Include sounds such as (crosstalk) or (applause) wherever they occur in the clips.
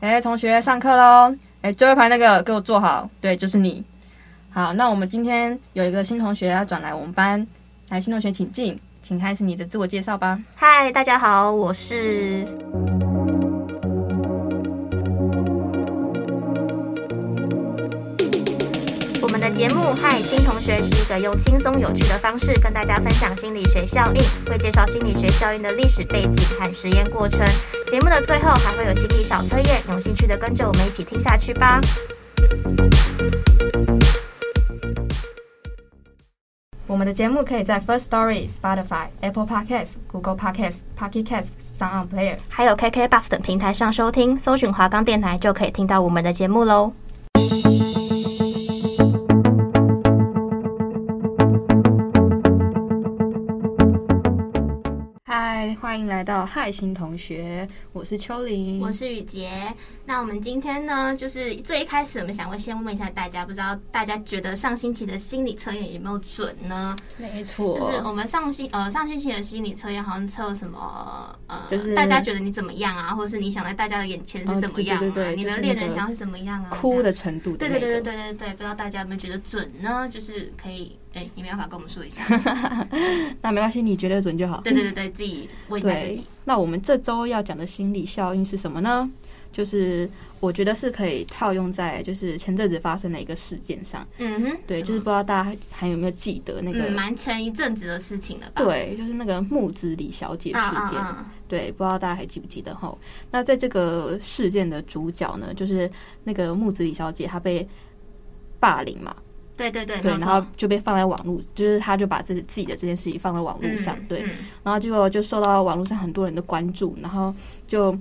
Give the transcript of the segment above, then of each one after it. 哎、同学，上课喽！哎、最后一排那个给我坐好，对，就是你。好，那我们今天有一个新同学要转来我们班，来，新同学请进，请开始你的自我介绍吧。嗨，大家好，我是我们的节目《嗨新同学》是一个用轻松有趣的方式跟大家分享心理学效应，会介绍心理学效应的历史背景和实验过程。节目的最后还会有心理小测验，有兴趣的跟着我们一起听下去吧。我们的节目可以在 First Story、Spotify、Apple Podcasts、Google Podcasts、Pocket Casts、Sound On Player。还有 KK Bus 等平台上收听，搜寻华冈电台就可以听到我们的节目喽。嗨，欢迎来到嗨新同学，我是秋玲，我是雨杰。那我们今天呢，就是最一开始，我们想会先问一下大家，不知道大家觉得上星期的心理测验有没有准呢？没错，就是我们上星呃上星期的心理测验好像测什么呃，就是大家觉得你怎么样啊，或者是你想在大家的眼前哦是怎么对对样啊，对对你就的是恋那人个想要是怎么样啊，哭这的样。程度对的那对个。对对对对对，不知道大家有没有觉得准呢？就是可以，哎，你没办法跟我们说一下。 (laughs) 那没关系，你觉得准就好。对对对对，自己问一下自对己。，那我们这周要讲的心理效应是什么呢？就是我觉得是可以套用在就是前阵子发生的一个事件上。嗯哼，对，什就是么不知道大家还有没有记得那个嗯，蛮前一阵子的事情了吧？对，就是那个木子李小姐啊，事啊件。啊对，不知道大家还记不记得吼？那在这个事件的主角呢，就是那个木子李小姐，她被霸凌嘛，对对对，对，没然有后错就被放在网络，就是她就把自己自己的这件事情放在网络上，对，嗯然后结果就受到网络上很多人的关注，然后就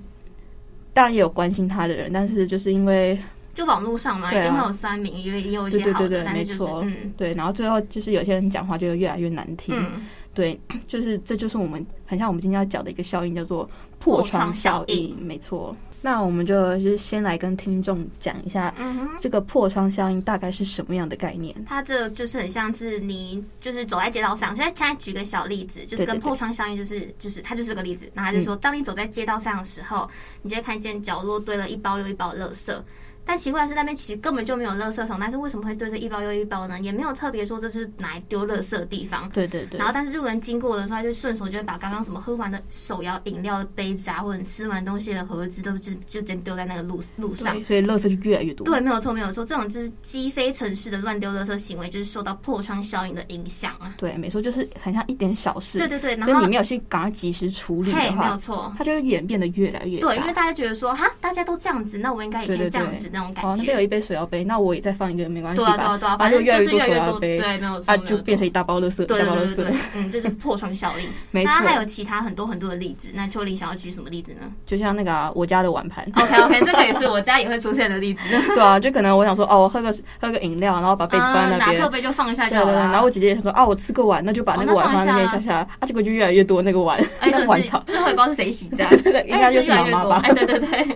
当然也有关心她的人，但是就是因为就网络上嘛，一对啊定会有酸民，也也有一对些对好的，对对，但没是就是错，嗯对，然后最后就是有些人讲话就越来越难听，嗯，对， (coughs) 就是这就是我们很像我们今天要讲的一个效应，叫做破窗效破窗应，没错。那我们就是先来跟听众讲一下嗯哼，这个破窗效应大概是什么样的概念。它这个就是很像是你就是走在街道上，现在现在举个小例子，就对对是嗯跟对破窗效应，就是就是它就是个例子，然后它就说，当你走在街道上的时候，你就会看见角落堆了一包又一包垃圾。但奇怪的是，那边其实根本就没有垃圾桶，但是为什么会堆着一包又一包呢？也没有特别说这是拿来丢垃圾的地方，对对对然，后，但是路人经过的时候，他就顺手就会把刚刚什么喝完的手摇饮料的杯子啊，或者吃完东西的盒子，都就就直接丢在那个路路上对。所以垃圾就越来越多。对，没有错，没有错，这种就是鸡飞城市的乱丢垃圾行为，就是受到破窗效应的影响啊。对，没错，就是很像一点小事，对对对，然所以你后没有去赶快及时处理嘿，的没有话，错，它就会演变得越来越大。对，因为大家觉得说哈，大家都这样子，那我应该也可对对以这样对子那种感哦，那觉。边有一杯水摇杯，那我也再放一个，没关系对吧？啊，对啊，对啊，然后反就正就越来是多越来水越摇多，杯，对，没有错，啊，没有就变错成一大包垃圾，对大包垃对对对圾。对，嗯，这就是破窗效应。没错那，还有其他很多很多的例子，那秋玲想要举什么例子呢？就像那个啊我家的碗盘， OK OK，这个也是我家也会出现的例子。对啊，就可能我想说，哦，我喝个喝个饮料，然后把杯子放在那拿边。破杯就放下对对就好对，了。然后我姐姐也想说啊，我吃个碗，那就把那个哦碗那放放在那边下下啊下，啊，结果就越来越多那个碗，哎，那这碗是超，，最后也不知道是谁洗 (laughs) 的啊对对，应该就是越来妈越妈多。吧哎，，对对对，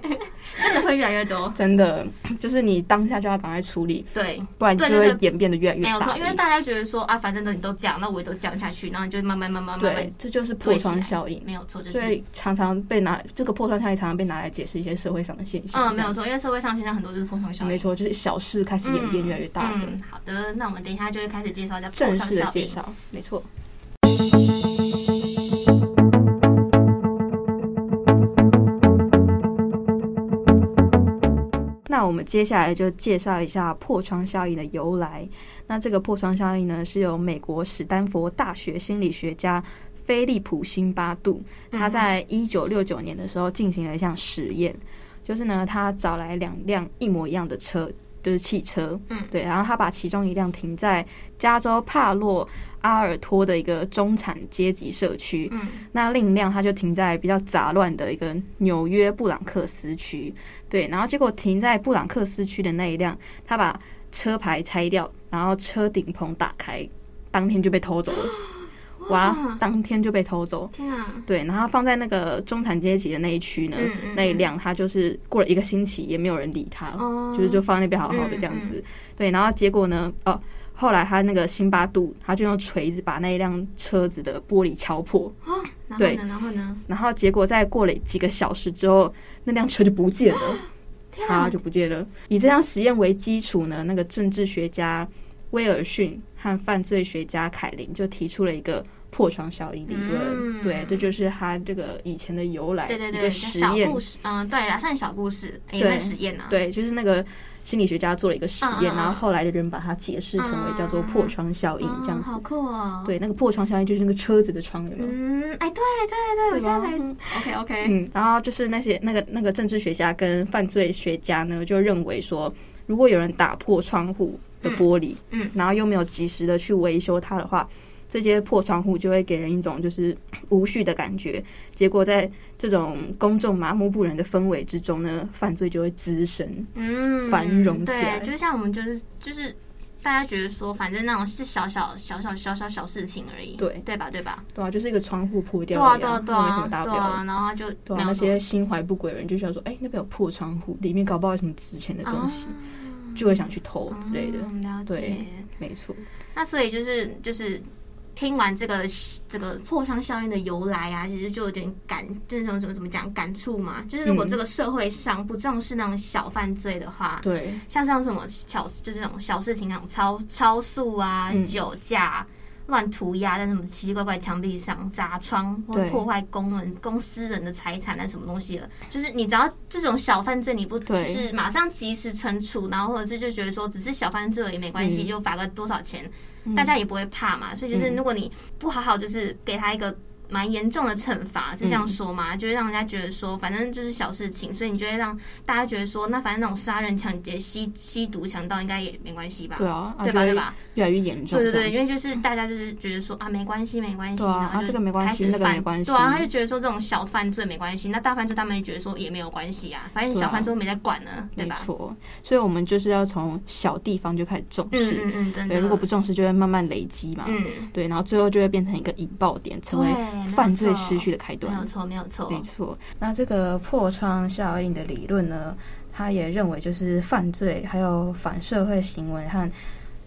真的会越来越多。真的，就是你当下就要赶快处理，对，不然就对对会对演变得越 (laughs) 来越没有大错，的意思。因为大家觉得说啊，反正都你都讲，那我也都讲下去，然后你就慢慢慢慢慢慢对，这就是破堆起来窗效应，没有错，就所是。以常常被拿这个破窗效应常常被拿来解释一些社会上的现象。嗯，没有这样错，因为社会上现在很多就是破窗子，效应没，错，就是小事开始嗯演变越来越大的嗯，好的，那我们等一下就会开始介绍一下破正窗式的效介应。绍，没错。那我们接下来就介绍一下破窗效应的由来。那这个破窗效应呢，是由美国史丹佛大学心理学家菲利普·辛巴杜，他在一九六九年的时候进行了一项实验，就是呢，他找来两辆一模一样的车，就是汽车，嗯对，然后他把其中一辆停在加州帕洛阿尔托的一个中产阶级社区，嗯那另一辆它就停在比较杂乱的一个纽约布朗克斯区，对，然后结果停在布朗克斯区的那一辆，他把车牌拆掉，然后车顶棚打开，当天就被偷 (gasps) 走了，哇，当天就被偷走。天啊，对，然后放在那个中产阶级的那一区呢，嗯嗯那一辆它就是过了一个星期也没有人理它了，哦就是就放在那边好好的这样子。嗯对，然后结果呢，哦，后来他那个辛巴杜他就用锤子把那一辆车子的玻璃敲破，哦，然后对呢，然后呢，然后结果在过了几个小时之后，那辆车就不见了，天 (laughs) 啊，啊，就不见了。以这项实验为基础呢，那个政治学家威尔逊和犯罪学家凯林就提出了一个破窗效应理论。嗯对，这就是他这个以前的由来，对对一对，个实小验故。事，嗯，对啦，算小故事，也对算实验啊，，对，就是那个心理学家做了一个实验，嗯嗯嗯然后后来的人把它解释成为叫做破窗效应这样子。好酷哦，，对，那个破窗效应就是那个车子的窗，有没有？嗯，哎，对对对，我对现在吧才，OK OK，嗯，然后就是那些那个那个政治学家跟犯罪学家呢，就认为说，如果有人打破窗户的玻璃，嗯嗯然后又没有及时的去维修它的话，这些破窗户就会给人一种就是 (clears throat) 无序的感觉。结果在这种公众麻木不仁的氛围之中呢，犯罪就会滋生。嗯，繁荣起来对，就像我们就是就是。大家觉得说，反正那种是小小小小小小小事情而已，对对吧？对吧？对啊，就是一个窗户破对掉啊，了对呀，啊，对那没什么啊，大不对了的啊，。然后他就对没啊，有那什么些心怀不轨的人就想说，哎、那边有破窗户，里面搞不好有什么值钱的东啊西，就会想去偷之类的。嗯了解。对没错。那所以就是就是听完这个这个破窗效应的由来啊，其实就有点感，就是那种怎么怎么讲感触嘛。就是如果嗯这个社会上不重视那种小犯罪的话，对，啊像像什么小就是这种小事情，那种超超速啊、嗯酒驾、乱涂鸦在什么奇奇怪怪墙壁上砸窗或对破坏工人公司人的财产啊什么东西的，就是你只要这种小犯罪，你不就对是马上及时惩处，然后或者是就觉得说只是小犯罪也没关系，嗯就罚个多少钱，大家也不会怕嘛。所以就是嗯如果你不好好就是给他一个。蛮严重的惩罚是这嗯样说嘛，就是让人家觉得说，反正就是小事情，所以你就会让大家觉得说，那反正那种杀人、抢劫、吸吸毒、强盗应该也没关系吧？对啊，啊对吧？对？就吧？会越来越严重对这对样子，对，因为就是大家就是觉得说啊，没关系，没关系，对啊然后啊就这个没关系开始那个犯没关系对啊，他就觉得说这种小犯罪没关系，那大犯罪他们也觉得说也没有关系啊，反正你对啊小犯罪没在管呢，对没吧？错，所以我们就是要从小地方就开始重嗯视，嗯嗯，真对，的。如果不重视，就会慢慢累积嘛，嗯，对，然后最后就会变成一个引爆点，成为对没有犯罪错失序的开嗯没有端。错，没有错，没错，那这个破窗效应的理论呢，他也认为就是犯罪还有反社会行为和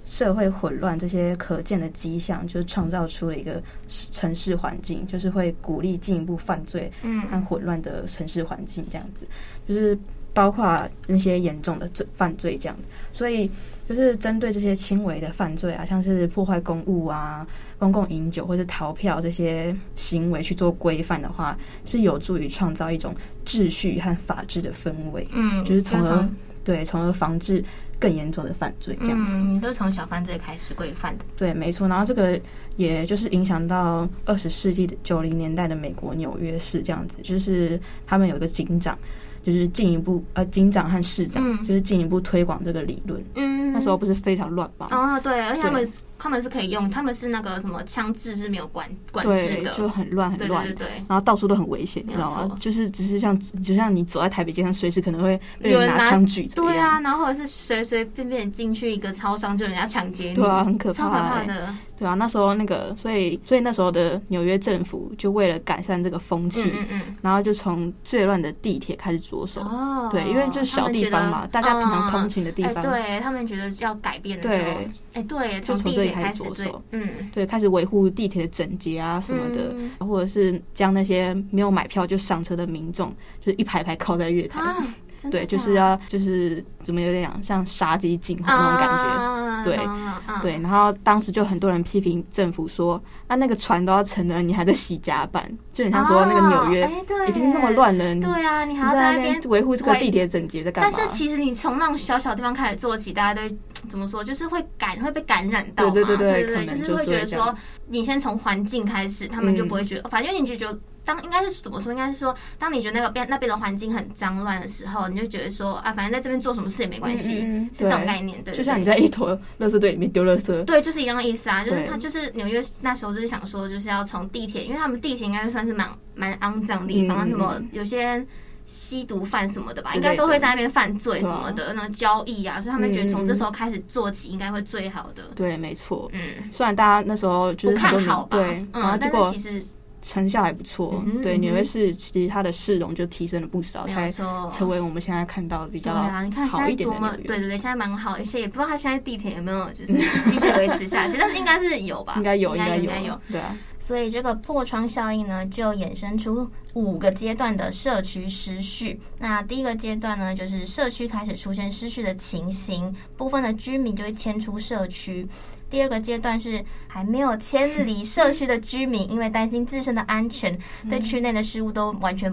社会混乱这些可见的迹象，就创造出了一个城市环境，就是会鼓励进一步犯罪嗯和混乱的城市环境，这样子，就是包括那些严重的罪犯罪这样子。所以，就是针对这些轻微的犯罪啊，像是破坏公物啊、公共饮酒或是逃票这些行为去做规范的话，是有助于创造一种秩序和法治的氛围，嗯，就是从而从对，从而防治更严重的犯罪这样子。嗯，就是从小犯罪开始规范的，对，没错。然后这个也就是影响到二十世纪九零年代的美国纽约市这样子，就是他们有一个警长，就是进一步呃，警长和市长、嗯就是进一步推广这个理论。嗯，那时候不是非常乱吗？哦，对，而且他对们他们是可以用，他们是那个什么枪支是没有管管制对，的，就很乱对很对乱对。对。然后到处都很危险，你没有知道吗错？就是只是像，就像你走在台北街上，随时可能会被有人人拿拿枪举着一对样。啊，然后或者是随随便便进去一个超商就人家抢劫你，对啊很可怕超可怕欸的。嗯对啊，那时候那个，所以所以那时候的纽约政府就为了改善这个风气，嗯嗯然后就从最乱的地铁开始着手嗯，。哦，对，因为就是他小们地觉方得嘛，大家平常通勤的地嗯嗯嗯方，哎对他们觉得要改变的时候对，哎，对，就从地这里铁开始开始着最手，嗯，对开始维护地铁的整洁啊什么的，嗯或者是将那些没有买票就上车的民众，就是一排排靠在月台，啊， (laughs) 真的对，就假是的要就是怎么有点像像杀鸡儆猴那种感觉。啊对懂了嗯对，然后当时就很多人批评政府说，啊那那个船都要沉了，你还在洗甲板，就很像说那个纽约哦哎对已经那么乱了，你对啊，你你还要在那边边维护这个维地铁整洁在干但嘛？是其实你从那种小小地方开始做起，大家都嗯怎么说，就是会感会被感染到嘛，对对对对对可能就是就是会觉会得这样说，你先从环境开始，他们就嗯不会觉得，反正你就觉得当应该是怎么说？应该是说，当你觉得那个边那边的环境很脏乱的时候，你就觉得说啊，反正在这边做什么事也没关系，嗯嗯嗯是这种对概念，对。就像对你在一坨垃圾堆里面丢垃圾，对，就是一样的意思啊，就是对他就是纽约那时候就是想说，就是要从地铁，因为他们地铁应该算是蛮蛮肮脏的地嗯嗯方，什么嗯有些吸毒犯什么的吧，之应类的该都会在那边犯罪对什啊嗯么的，那交易啊，所以他们觉得从这时候开始做起应该会最好的。对，没错。嗯，虽然大家那时候就不是很多看民好吧？对，然后结嗯，但果是其实成效还不错嗯，哼对，嗯哼纽约市其实它的市容就提升了不少，没才有错。成为我们现在看到比对较啊，你看好一现在点多的么纽约，对对对，现在蛮好，而且也不知道他现在地铁有没有就是继续维持下去，但是应该是有吧？应该有，啊应该有应该有。，对啊，所以这个破窗效应呢，就衍生出五个阶段的社区失序。那第一个阶段呢，就是社区开始出现失序的情形，部分的居民就会迁出社区。第二个阶段是还没有迁离社区的居民，因为担心自身的安全，对区内的事物都完全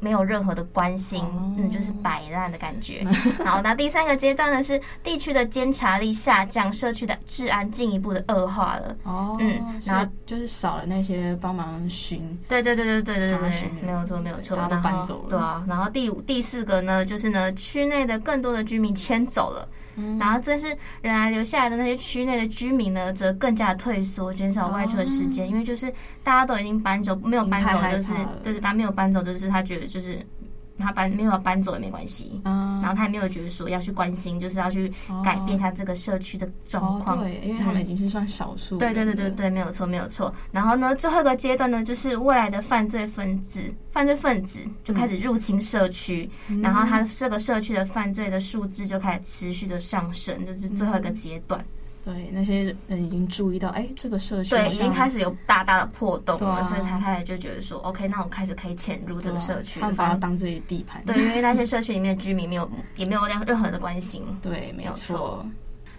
没有任何的关心，嗯，就是摆烂的感觉。然后，那第三个阶段呢是地区的监察力下降，社区的治安进一步的恶化了。哦，嗯所以然后就是少了那些帮忙巡，对对对对对对查对询对，没有错没有错，大家都然搬后走了对啊，然后第五第四个呢，就是呢，区内的更多的居民迁走了，嗯然后但是仍然留下来的那些区内的居民呢，则更加退缩，减少外出的时哦间，因为就是大家都已经搬走，没有搬太走害就是怕了对对，他没有搬走就是他觉得就是他搬没有要搬走也没关系，嗯然，后他也没有觉得说要去关心，就是要去改变一下这个社区的状哦，况，对，因为他嗯们已经是算少数，对对对对，对，没有错没有错。然后呢，最后一个阶段呢，就是未来的犯罪分子，犯罪分子就开始入侵社区，嗯然后他这个社区的犯罪的数字就开始持续的上升，这、就是最后一个阶段。嗯对，那些人已经注意到，哎，这个社区对，好已像经开始有大大的破洞对了，啊所以才开始就觉得说，OK，那我开始可以潜入这对啊个社区他了。们把它当自己的地盘，对，因为那些社区里面的居民没有也没有任任何的关心。对，没有错，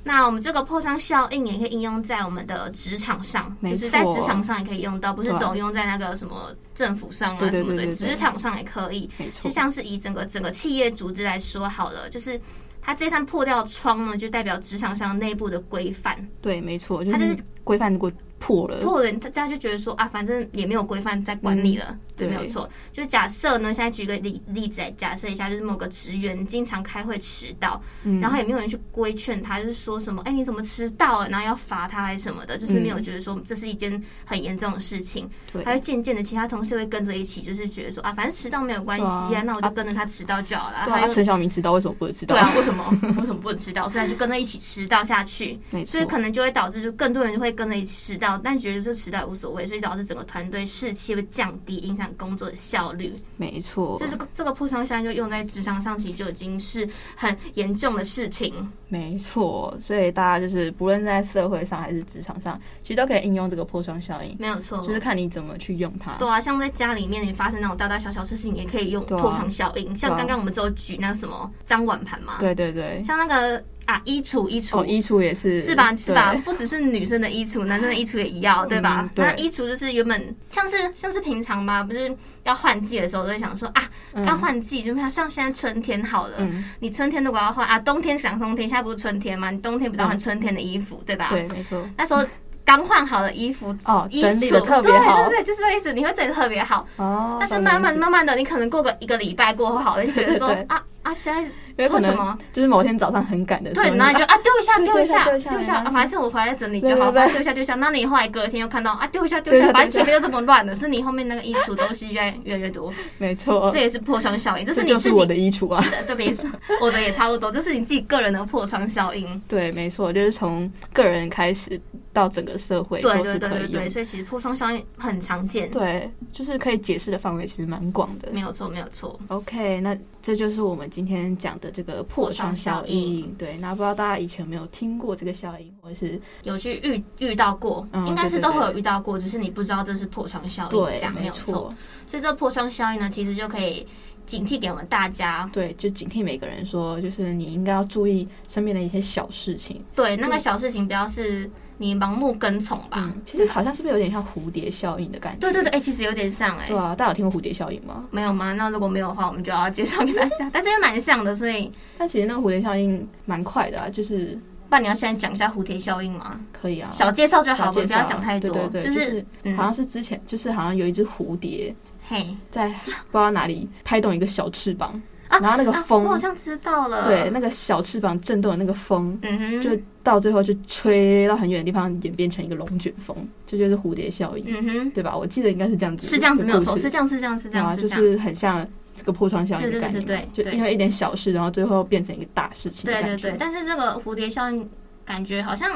那我们这个破窗效应也可以应用在我们的职场上，没就是在错职场上也可以用到，不是对啊总用在那个什么政府上啊对对什对么的，对对职场上也可以。没错就，像是以整个整个企业组织来说好了，就是它这扇破掉的窗呢，就代表职场上内部的规范。对，没错，就他就是是规范如果破了，破了，大家就觉得说啊，反正也没有规范在管理了，对，嗯对没有错。就假设呢，现在举个例例子来假设一下，就是某个职员经常开会迟到，嗯然后也没有人去规劝他，就是说什么，哎，你怎么迟到啊？然后要罚他还是什么的，就是没有觉得说这是一件很严重的事情，嗯对还会渐渐的其他同事会跟着一起，就是觉得说啊，反正迟到没有关系对啊啊，那我就跟着他迟到就好了。对啊，他啊又陈小明迟到，为什么不能迟到？对啊，为什么为什么不能迟到？所以他就跟着一起迟到下去没，错所以可能就会导致就更多人会跟着一起迟到，但觉得这迟到也无所谓，所以导致整个团队士气会降低，影响工作的效率。没错，这这个这个破窗效应就用在职场上，其实就已经是很严重的事情。没错，所以大家就是不论在社会上还是职场上，其实都可以应用这个破窗效应，没有错，就是看你怎么去用它。嗯对啊，像在家里面你发生那种大大小小事情，也可以用对啊破窗效应。像对啊刚刚我们只有举那个什么脏碗盘嘛，对对对，像那个啊衣橱衣哦，橱衣橱也是，是吧？是吧对？？嗯不只是女生的衣橱，男生的衣橱也一样，对吧？对那衣橱就是原本像是像是平常嘛，不是要换季的时候都会想说啊，刚换季，就像像现在春天好了，嗯你春天如果要换啊，冬天想冬天，现在不是春天嘛，你冬天不是要换春天的衣服，对吧？嗯对，没错。那时候刚换好的衣服，哦衣整理得橱特别好对对对，啊就是这意思，你会整理得特别好。哦，但是慢慢慢慢的，你可能过个一个礼拜过后好了，就觉得说对对对啊啊，现在因为可为什能么就是某天早上很赶的时候，对，然后你就啊丢一下对丢一下丢丢一一下下，丢一下啊反正我回来整理对就对好，对反正丢一下丢一下。那你后来隔天又看到啊丢一下 (laughs) 丢对一对对下，反正前面就这么乱了，是你后面那个衣橱东西越来越来越多， (laughs) 没错这，也是破窗效应，这是哦这你就自是我己的衣橱啊。的，对，没错， (laughs) 我的也差不多，这是你自己个人的破窗效应。对，没错，就是从个人开始到整个社会对都对是对可对以用对，。所以其实破窗效应很常见，对，就是可以解释的范围其实蛮广的没。有错没有错。 OK，那这就是我们今天讲的这个破窗效破应。对，那不知道大家以前有没有听过这个效应，或者是有去遇遇到过，嗯应该是对对都会有对遇到过，只是你不知道这是破窗效应，这对，样没没有错。，所以这破窗效应呢，其实就可以警惕给我们大家，对，就警惕每个人说，就是你应该要注意身边的一些小事情。对，那个小事情不要是你盲目跟从吧。嗯，其实好像是不是有点像蝴蝶效应的感觉？对对对，哎、其实有点像哎、对啊，大家有听过蝴蝶效应吗？没有吗？那如果没有的话，我们就要介绍给大家。但是也蛮像的，所以但其实那个蝴蝶效应蛮快的啊，就是不然你要现在讲一下蝴蝶效应吗？可以啊。小介绍就好，小我们介不绍啊，要讲太多。对对对，就是嗯好像是之前，就是好像有一只蝴蝶，嘿，在不知道哪里拍动一个小翅膀，啊然后那个啊风我好像知道了，对，，那个小翅膀震动的那个风，嗯哼，就到最后就吹到很远的地方，演变成一个龙卷风，这就是蝴蝶效应，嗯哼，对吧？我记得应该是这样子，是这样子没有错，是是这样，是这样，是这样，啊，是就这样。是很像这个破窗效应的概念嘛，对对对对对就因为一点小事，然后最后变成一个大事情的对感对觉，对，但是这个蝴蝶效应感觉好像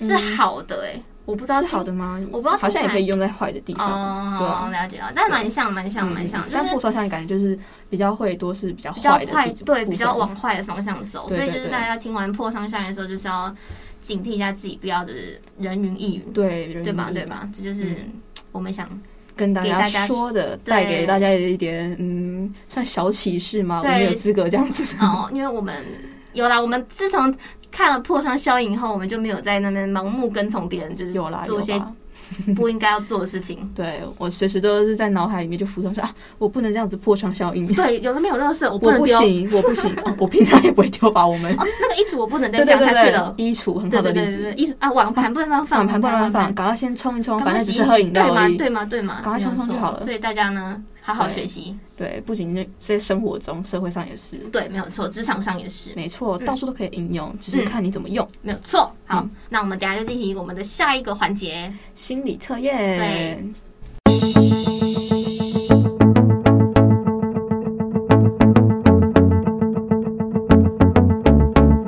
是嗯好的哎，我不知道是好的吗？我不知道好像也听起来可以用在坏的地方，对哦，啊。了解了，但蛮像，蛮像，蛮像，嗯但就破是窗效应感觉就是比较会多是比较比较坏的快，部分对，比较往坏的方向走，对所以对就是对大家听完破窗效应的时候，就是要警惕一下自己，不要就是人云亦云，对对吧？对？吧？这就是嗯我们想跟大给大家家说的，对带给大家一点嗯，算小启示吗？我对们有资格这样子。哦， (laughs) 因为我们有啦，我们自从看了破窗效应以后，我们就没有在那边盲目跟从别 (laughs) 人，就是有啦，做有一些啦。不应该要做的事情。 (laughs) 对我随时都是在脑海里面就浮现说啊，我不能这样子破窗效应，对，有的没有垃圾，我不我能不丢。行，我不行，哦我平常也不会丢吧？我 (laughs) 们哦，那个一直我不能再对这对对样下去对了，。衣橱很对好对的对例对，子，一直啊，碗盘不能乱放，碗盘不能乱碗放，盘赶快先冲一冲，赶快反正只是洗一喝洗饮料对嘛而已。对嘛对嘛，赶快没有冲冲就错好了所以大家呢，好好对学习。对，不仅在生活中，社会上也是，对，没有错，职场上也是没错，嗯到处都可以应用，只是看你怎么用。没有错。好嗯，那我们等一下就进行我们的下一个环节。心理测验，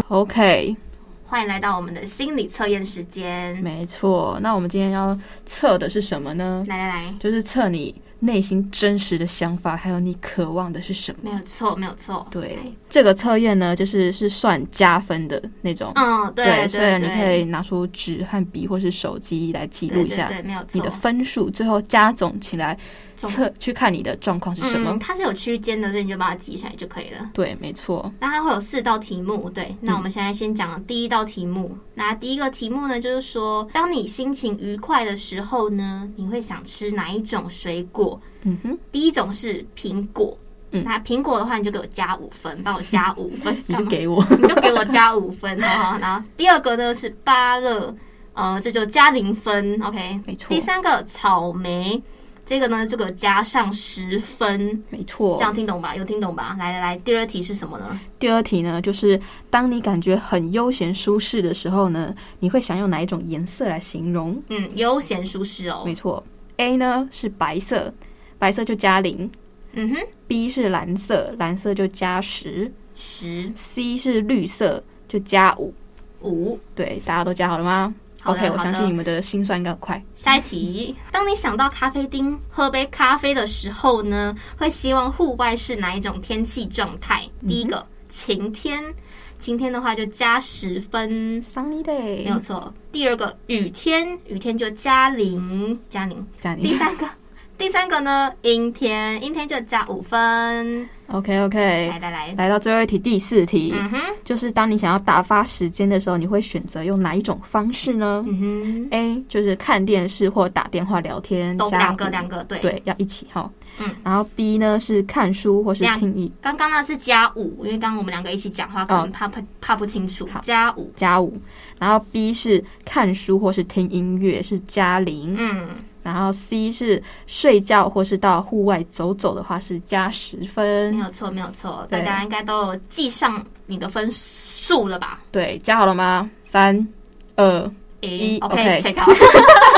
OK，欢迎来到我们的心理测验时间。没错。那我们今天要测的是什么呢？来来来，就是测你内心真实的想法，还有你渴望的是什么。没有错，没有错。对，这个测验呢，就是是算加分的那种。嗯，对对，所以你对可以拿出纸和笔或是手机来记录一下对对对没有错你的分数，最后加总起来总测去看你的状况是什么。嗯，它是有区间的，所以你就把它记下来就可以了。对，没错，那它会有四道题目，对。那我们现在先讲第一道题目。那第一个题目呢，就是说，当你心情愉快的时候呢，你会想吃哪一种水果？嗯哼，第一种是苹果，嗯那苹果的话，你就给我加五分，帮我加五分， (laughs) 你干就嘛给我你就给我加五分，好好。然后第二个呢是芭乐，呃，这就加零分，OK。没错第三个草莓，这个呢就给我加上十分，没这错。样听懂吧？有听懂吧？来来来，第二题是什么呢？第二题呢，就是当你感觉很悠闲舒适的时候呢，你会想用哪一种颜色来形容？嗯，悠闲舒适哦没。错，A 呢是白色，白色就加零嗯哼， ；B 是蓝色，蓝色就加十十；C 是绿色，就加五。五。对，大家都加好了吗好的 o k 好我的相信你们的心算应该很快。下一题，当你想到咖啡厅喝杯咖啡的时候呢，会希望户外是哪一种天气状态？第一个晴天，晴天的话就加十分。 Sunny 没有 day，错。第二个雨天，雨天就加零加零。加第你。三个，第三个呢，阴天，阴天就加五分。 OK 来 OK，来来，来到最后一题，第四题，嗯哼，就是当你想要打发时间的时候，你会选择用哪一种方式呢、嗯哼， a 就是看电视或打电话聊天，都加两个五两个对。对，要一起哈。嗯，然后 B 呢是看书或是两听一刚刚那是加五，因为刚刚我们两个一起讲话，可能怕怕怕不清楚好，加五。加五，然后 B 是看书或是听音乐是加零，嗯，然后 C 是睡觉或是到户外走走的话是加十分没。有错，没有错，大对家应该都有记上你的分数了吧？对，加好了吗？三、二， (laughs) 诶一 o k OK check out。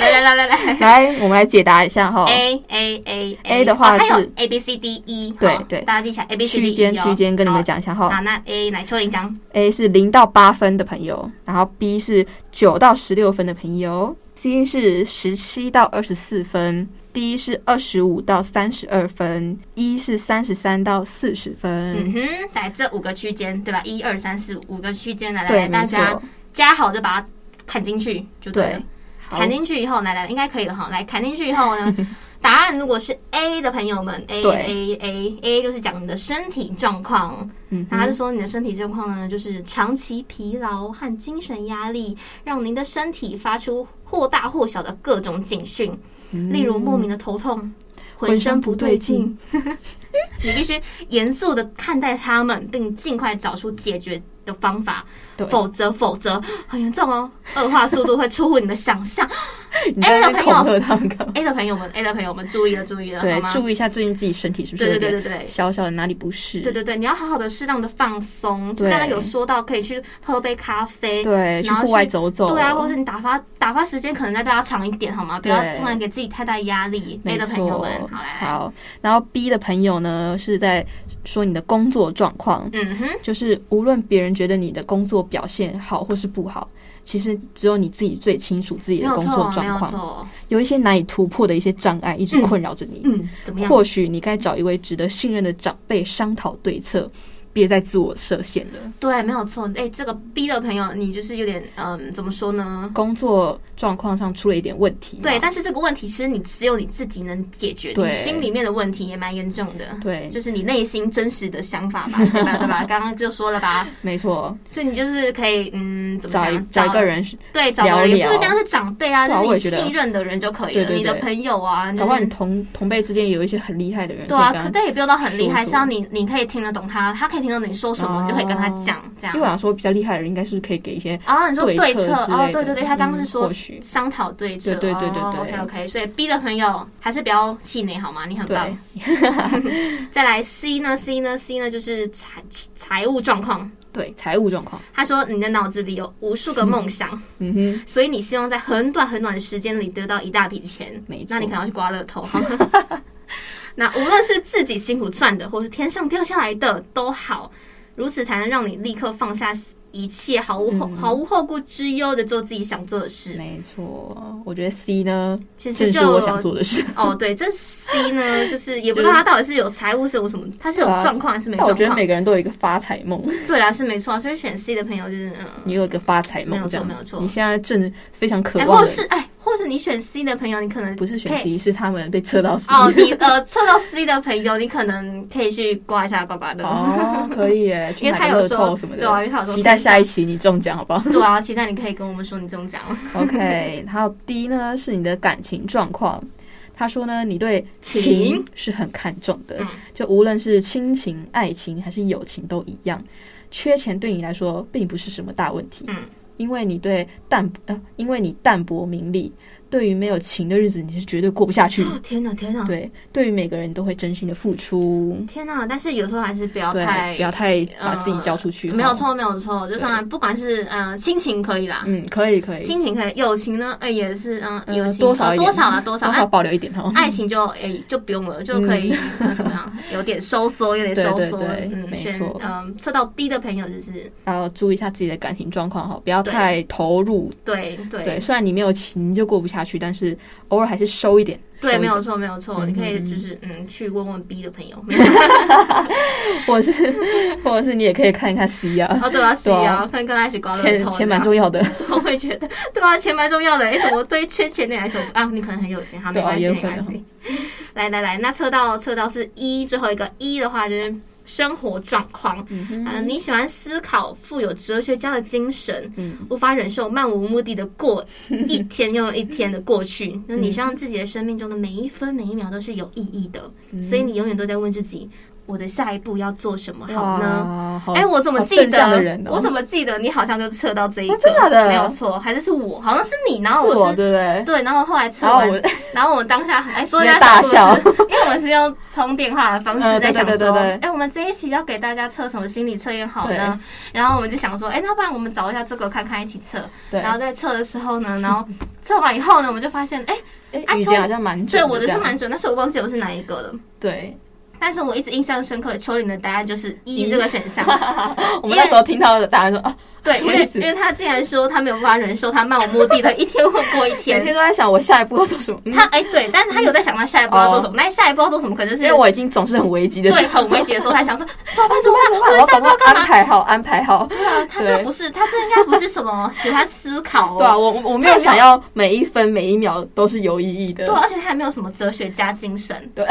来 (laughs) 来来来来来，我们来解答一下哈。 ，A A A A 的话哦还有是 A B C D E，对好对大家记起来 A B C D 区 E 间哦区间跟你好们讲一下啊，哈那 A 来秋林讲，A 是零到八分的朋友，然后 B 是九到十六分的朋友，C 是十七到二十四分，D 是二十五到三十二分，E 是三十三到四十嗯分。哼，来这五个区间对吧？一二三四五个区间，来来对，来，大没家错，加好就把它砍进去就对了对。。好砍进去以后，来来，应该可以了哈。来砍进去以后 (laughs) 呢，答案如果是 A 的朋友们，A 对 A A A 就是讲你的身体状况，嗯那他就哼，说你的身体状况呢，就是长期疲劳和精神压力，让您的身体发出或大或小的各种警讯，例如莫名的头痛、嗯浑身不对劲。你必须严肃的看待他们，并尽快找出解决的方法，对哎否则否则很严重哦，恶化速度会出乎你的想象。你在那边恐哎我吓他们干嘛？ A 的朋友们，A 的朋友们，注意了，注意了，好对，吗？注意一下最近自己身体是不是有对对对点对对小小的哪里不适？对对对，你要好好的适当的放松。就对刚刚有说到可以去喝杯咖啡，对去然后户外走走对啊，或者是你打发打发时间，可能再拉长一点，好吗？不要对突然给自己太大压力。A 没的错朋友们，好来，来好，然后 B 的朋友呢是在说你的工作状况，嗯哼，就是无论别人觉得你的工作表现好或是不好，其实只有你自己最清楚自己没的有工作错，没状有况。错，有一些难以突破的一些障碍一直嗯困扰着你，嗯，怎么样？或许你该找一位值得信任的长辈商讨对策，别再自我设限了。对，没有错。哎、这个 B 的朋友，你就是有点，嗯，怎么说呢？工作状况上出了一点问题嘛，对，但是这个问题其实你只有你自己能解决，啊对你心里面的问题也蛮严重的。对就是你内心真实的想法吧，对吧？(laughs) 对吧？刚刚就说了吧，没错，所以你就是可以，嗯，怎么找一讲？找一个，人是，对，找个人，聊也不一定聊要是长辈啊，对啊就是我你也觉得信任的人就可以对了，对你的对朋友啊，搞不好你就是同同辈之间有一些很厉害的人，对啊，可以跟可他但也不用到很厉害，说是要你你可以听得懂他，他可以听得懂你说什么，你就可以跟他哦讲，这样。因为我想说比较厉害的人应该是可以给一些，啊，你说对对策策之类哦的，对对对，他刚刚嗯是说或许商讨对策，对对对对对 o k OK，所以 B 的朋友还是不要气馁好吗？你很棒。再来 C 呢？C 呢？C 呢就是财财务状况。对财务状况，他说你的脑子里有无数个 (laughs) 梦想，嗯哼，所以你希望在很短很短的时间里得到一大笔钱，没错那你可能要去刮 (laughs) 乐透。 (laughs) 好吗那无论是自己辛苦赚的，或是天上掉下来的都好，如此才能让你立刻放下一切，毫无后、嗯毫无后顾之忧的做自己想做的事。没错，我觉得 C 呢，其实正是就我想做的事。哦，对，这 C 呢， (laughs) 就是也不知道他到底是有财务是有什么，他是有对啊状况还是没但状我觉得况？每个人都有一个发财 (laughs) 梦，对啦，是没错啊，所以选 C 的朋友就是嗯，你有一个发财没有梦，错这样没有错你现在正非常渴哎，望或的，是哎，或是你选 C 的朋友，你可能不是选可以 C，是他们被测到 C。 (laughs) 哦，你呃测到 C 的朋友，你可能可以去刮一下刮刮乐。哦，可以耶，去因为他买有个乐说透什么的，对啊因为他有说期待下一期你中奖，好不好对啊，期待你可以跟我们说你中奖 (laughs) 了。 (laughs) ？OK，还有 D 呢是你的感情状况。他说呢，你对情情是很看重的，嗯就无论是亲情、爱情还是友情都一样。缺钱对你来说并不是什么大问题，嗯因为你对淡呃，因为你淡泊名利，对于没有情的日子你是绝对过不下去。天哪，天哪，对，对于每个人都会真心的付出，天哪！但是有时候还是不要对太，不要太把呃自己交出去，没有哦。错，没有错，就算不管是嗯亲情可以啦，嗯，可以可以，亲情可以，友情呢，哎也是嗯，呃友情多少呃一点多少啦，(laughs) 多少多爱少保留一点哈。爱情就哎、就不用了，就可以、呃怎 (laughs) 么样，有点收缩，有点收缩。对嗯对对嗯，没选错嗯测到 D 的朋友就是还有注意一下自己的感情状况哈，不要对太投入。对对对，虽然你没有情就过不下去，但是偶尔还是收一点。收对，一没有点。错没有错，嗯你可以嗯就是嗯去问问 B 的朋友， (laughs) 或者是 (laughs) 或者是你也可以看一看 C 啊，哦对啊 C 对啊，啊看跟他一起刮乐钱透，钱蛮重要，要的，我会觉得 (laughs) 对啊钱蛮重要的，哎怎么对缺钱的人来说啊你可能很有钱，好没对啊关系也有没可关能系。来来来，那测到测到是一、最后一个一、的话就是生活状况，嗯哼嗯，你喜欢思考，富有哲学家的精神，嗯无法忍受漫无目的的过一天又一天的 (laughs) 过去。那你希望自己的生命中的每一分每一秒都是有意义的，嗯所以你永远都在问自己：我的下一步要做什么好呢？哇好哎、我怎么哦好记正得？向的人哦我怎么记得你好像就测到这一个？哦真的假的没有错，还是是我，好像是你，然后是我我是对不对？对，然后后来测然后完，我然后我们当下哎，说直接家大笑 (laughs) 因为我们是用通电话 (laughs) 的方式嗯在对想对对说，对对哎，我们这一期要给大家测什么心理测验好呢对？然后我们就想说，哎，那不然我们找一下这个看看一起测。对，然后在测的时候呢，然后测完以后呢，我们就发现， (laughs) 哎，啊哎语秋言好像蛮对，准我这的是样蛮准，但是我忘记我是哪一个了。对。 (laughs) 但是我一直印象深刻，秋玲的答案就是一一这个选 (laughs) 项。我们那时候听到的答案说啊，对，什因么为意思因为他竟然说他没有办法忍受他漫无目的的一天混过一每天天。都在想我下一步要做什么，嗯他哎、对，但是他有在想他下一步要做什么，那、下一步要做什么，可能就是哦因为我已经总是很危机的时对候，很危急的时候，他 (laughs) 想说怎么办怎么我办，要我下把一步要它安干嘛？啊排好，安排好。他这不是，他这应该不是什么喜欢思考、哦， (laughs) 对啊，我我我没有想要每一分每一秒都是有意义的。对，啊而且他还没有什么哲学家精神。对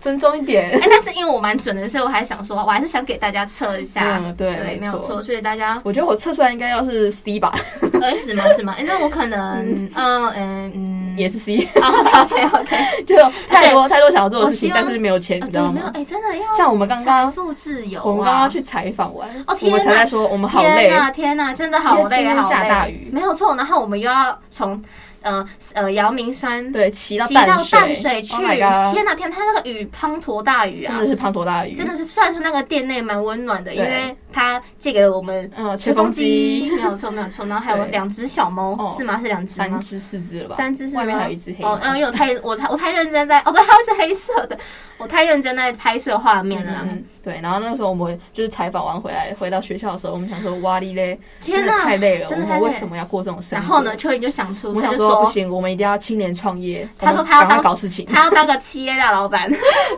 尊重一点哎、。但是因为我蛮准的，所以我还想说，我还是想给大家测一下。嗯对没没有错错，所以大家我觉得我测出来应该要是 C 吧，呃什么什么，哎那我可能嗯嗯嗯 (laughs) 也是 C， (laughs) ，OK OK，就太多太多想要做的事情，我希望但是没有钱，你知对，道没有吗？哎、真的要像我们刚财刚富自由、啊，我们刚刚去采访完，我哦天们才哪在说我们好累天，呐，天呐，真的好因为累，今天好累下大雨没有错。然后我们又要从呃呃阳明山对，骑到骑到水，淡水去。 Oh my god！天哪，天哪，它那个雨滂沱大雨啊，真的是滂沱大雨，真的是，虽然说那个店内蛮温暖的，因对为它借给了我们嗯，吹吹风风机机，没有错没有错，然后还有 (laughs) 对两只小哦猫，是吗？是两只三吗？只四只了吧？三只是吗外面还有一只黑哦猫，嗯，因为我太我太我太认真在哦，对，它是黑色的，我太认真在拍摄画面了嗯。嗯对，然后那个时候我们就是采访完回来，回到学校的时候，我们想说，哇哩嘞，天真的哪，太累了，我真的们太累为什么要过这种生然活？后呢，秋林就想出，我他想就说不行，我们一定要青年创业。他我说们他要赶快当搞事情， (laughs) 他要当个企业大老板，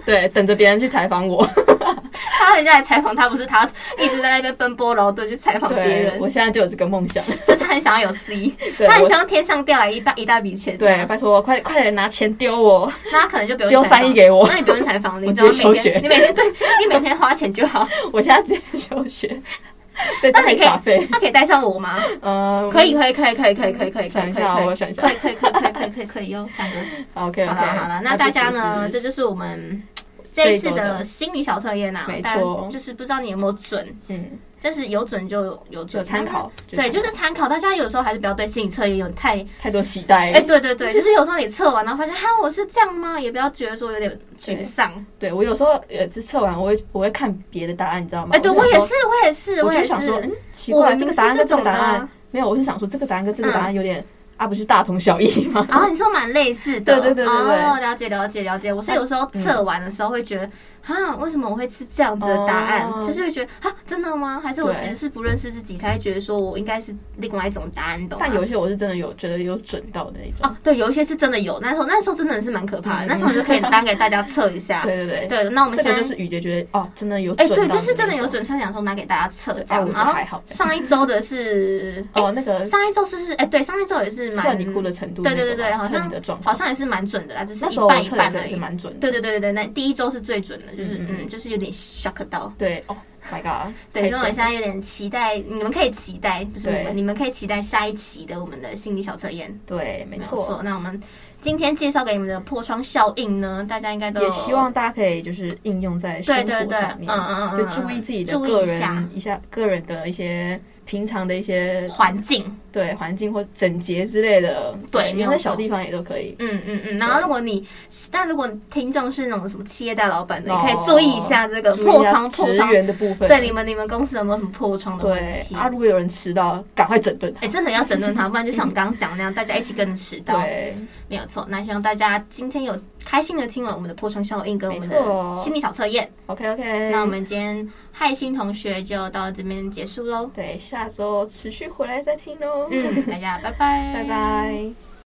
对，等着别人去采访我。他人家来采访他，不是他一直在那边奔波劳顿去采访别对，人我，现在就有这个梦想。 (laughs) 所以他很想要有 C，对他很我想要天上掉来一大一大笔钱，对，，拜托，快点快点拿钱丢我，那他可能就不用丢采访三亿给我 (laughs) 那你不用采访，我你只直接要每休学天你每天对你每天花钱就好，我现在直接休学，在家那里你可耍以 (laughs) 废。那可以带上我吗？嗯，可以可以可以可以可以可以可以，想一下可以我想一下可以可以可以可以可以可以可以哟，三哥。 ，OK 好 OK，了好了，那大家呢？这就是就是我们这这一一次周的的心理小测验啊，没但错就是不知道你有没有准，嗯，但是有准就有有就准参考。，对，就是参考。大家有时候还是不要对心理测验有太……太多期待。哎，对对 (laughs) 对，就是有时候你测完然后发现哈我是这样吗？也不要觉得说有点沮丧。对哦我有时候呃，是测完我会我会看别的答案，你知道吗？哎，对我我有时也候是，我也是，我也就是想。说，嗯，奇我怪，明这个明答案是跟这个这种答的案啊没有，我是想说这个答案跟这个答嗯案有点啊，不是大同小异吗？ (laughs) 然哦后你说蛮类似的，对对对对对哦，了解了解了解。我是有时候测完的时候会觉得，啊，为什么我会是这样子的答案？哦就是会觉得，啊，真的吗？还是我对其实是不认识自己，才会觉得说我应该是另外一种答案，你懂吗？但有一些我是真的有觉得有准到的那种。哦，对，有一些是真的有。那时候那时候真的是蛮可嗯怕的，那时候就可以单给大家测一下。对对对，哦对，那我们这现个在就是雨杰觉得哦，真的有哎，准到的对，那这种。是真的有准，上想说拿给大家测这哎样我。觉得然后还好上一周的是， (laughs) 哦，那个上一周是是，哎，对，上一周也是测蛮你哭的程度那对个吧，对对对，好测像你的状好况，像也是蛮准的啦，只是那一时候我半一测的半时候而也已是。蛮准的。对对对对对，那第一周是最准的，就是嗯嗯嗯嗯就是有点 shock 到。对哦，My God， (laughs) 对，太那我准现在有点期待，你们可以期待，就是对我们你们可以期待下一期的我们的心理小测验。对，没没有错。错，那我们今天介绍给你们的破窗效应呢，大家应该都也希望大家可以就是应用在生对对活对，上嗯面，嗯嗯，就注意自己的注意个一下人一下个人的一些平常的一些环境。对环境或整洁之类的，对没连有在错小地方也都可以。嗯嗯嗯，然后如果你，但如果听众是那种什么企业大老板的，哦你可以注意一下这个注意破一下窗破职窗。员的部分，对，你们你们公司有没有什么破窗的问对题？啊，如果有人迟到，赶快整顿他。哎、真的要整顿他，不然就像我们刚刚讲的那样，大家一起跟着迟到，对，没有错。那希望大家今天有开心的听完我们的破窗效应跟我们没错的心理小测验。 OK OK，那我们今天嗨新同学就到这边结束喽。嗯对下周持续回来再听哦。 (laughs) 嗯，大家拜拜，拜拜。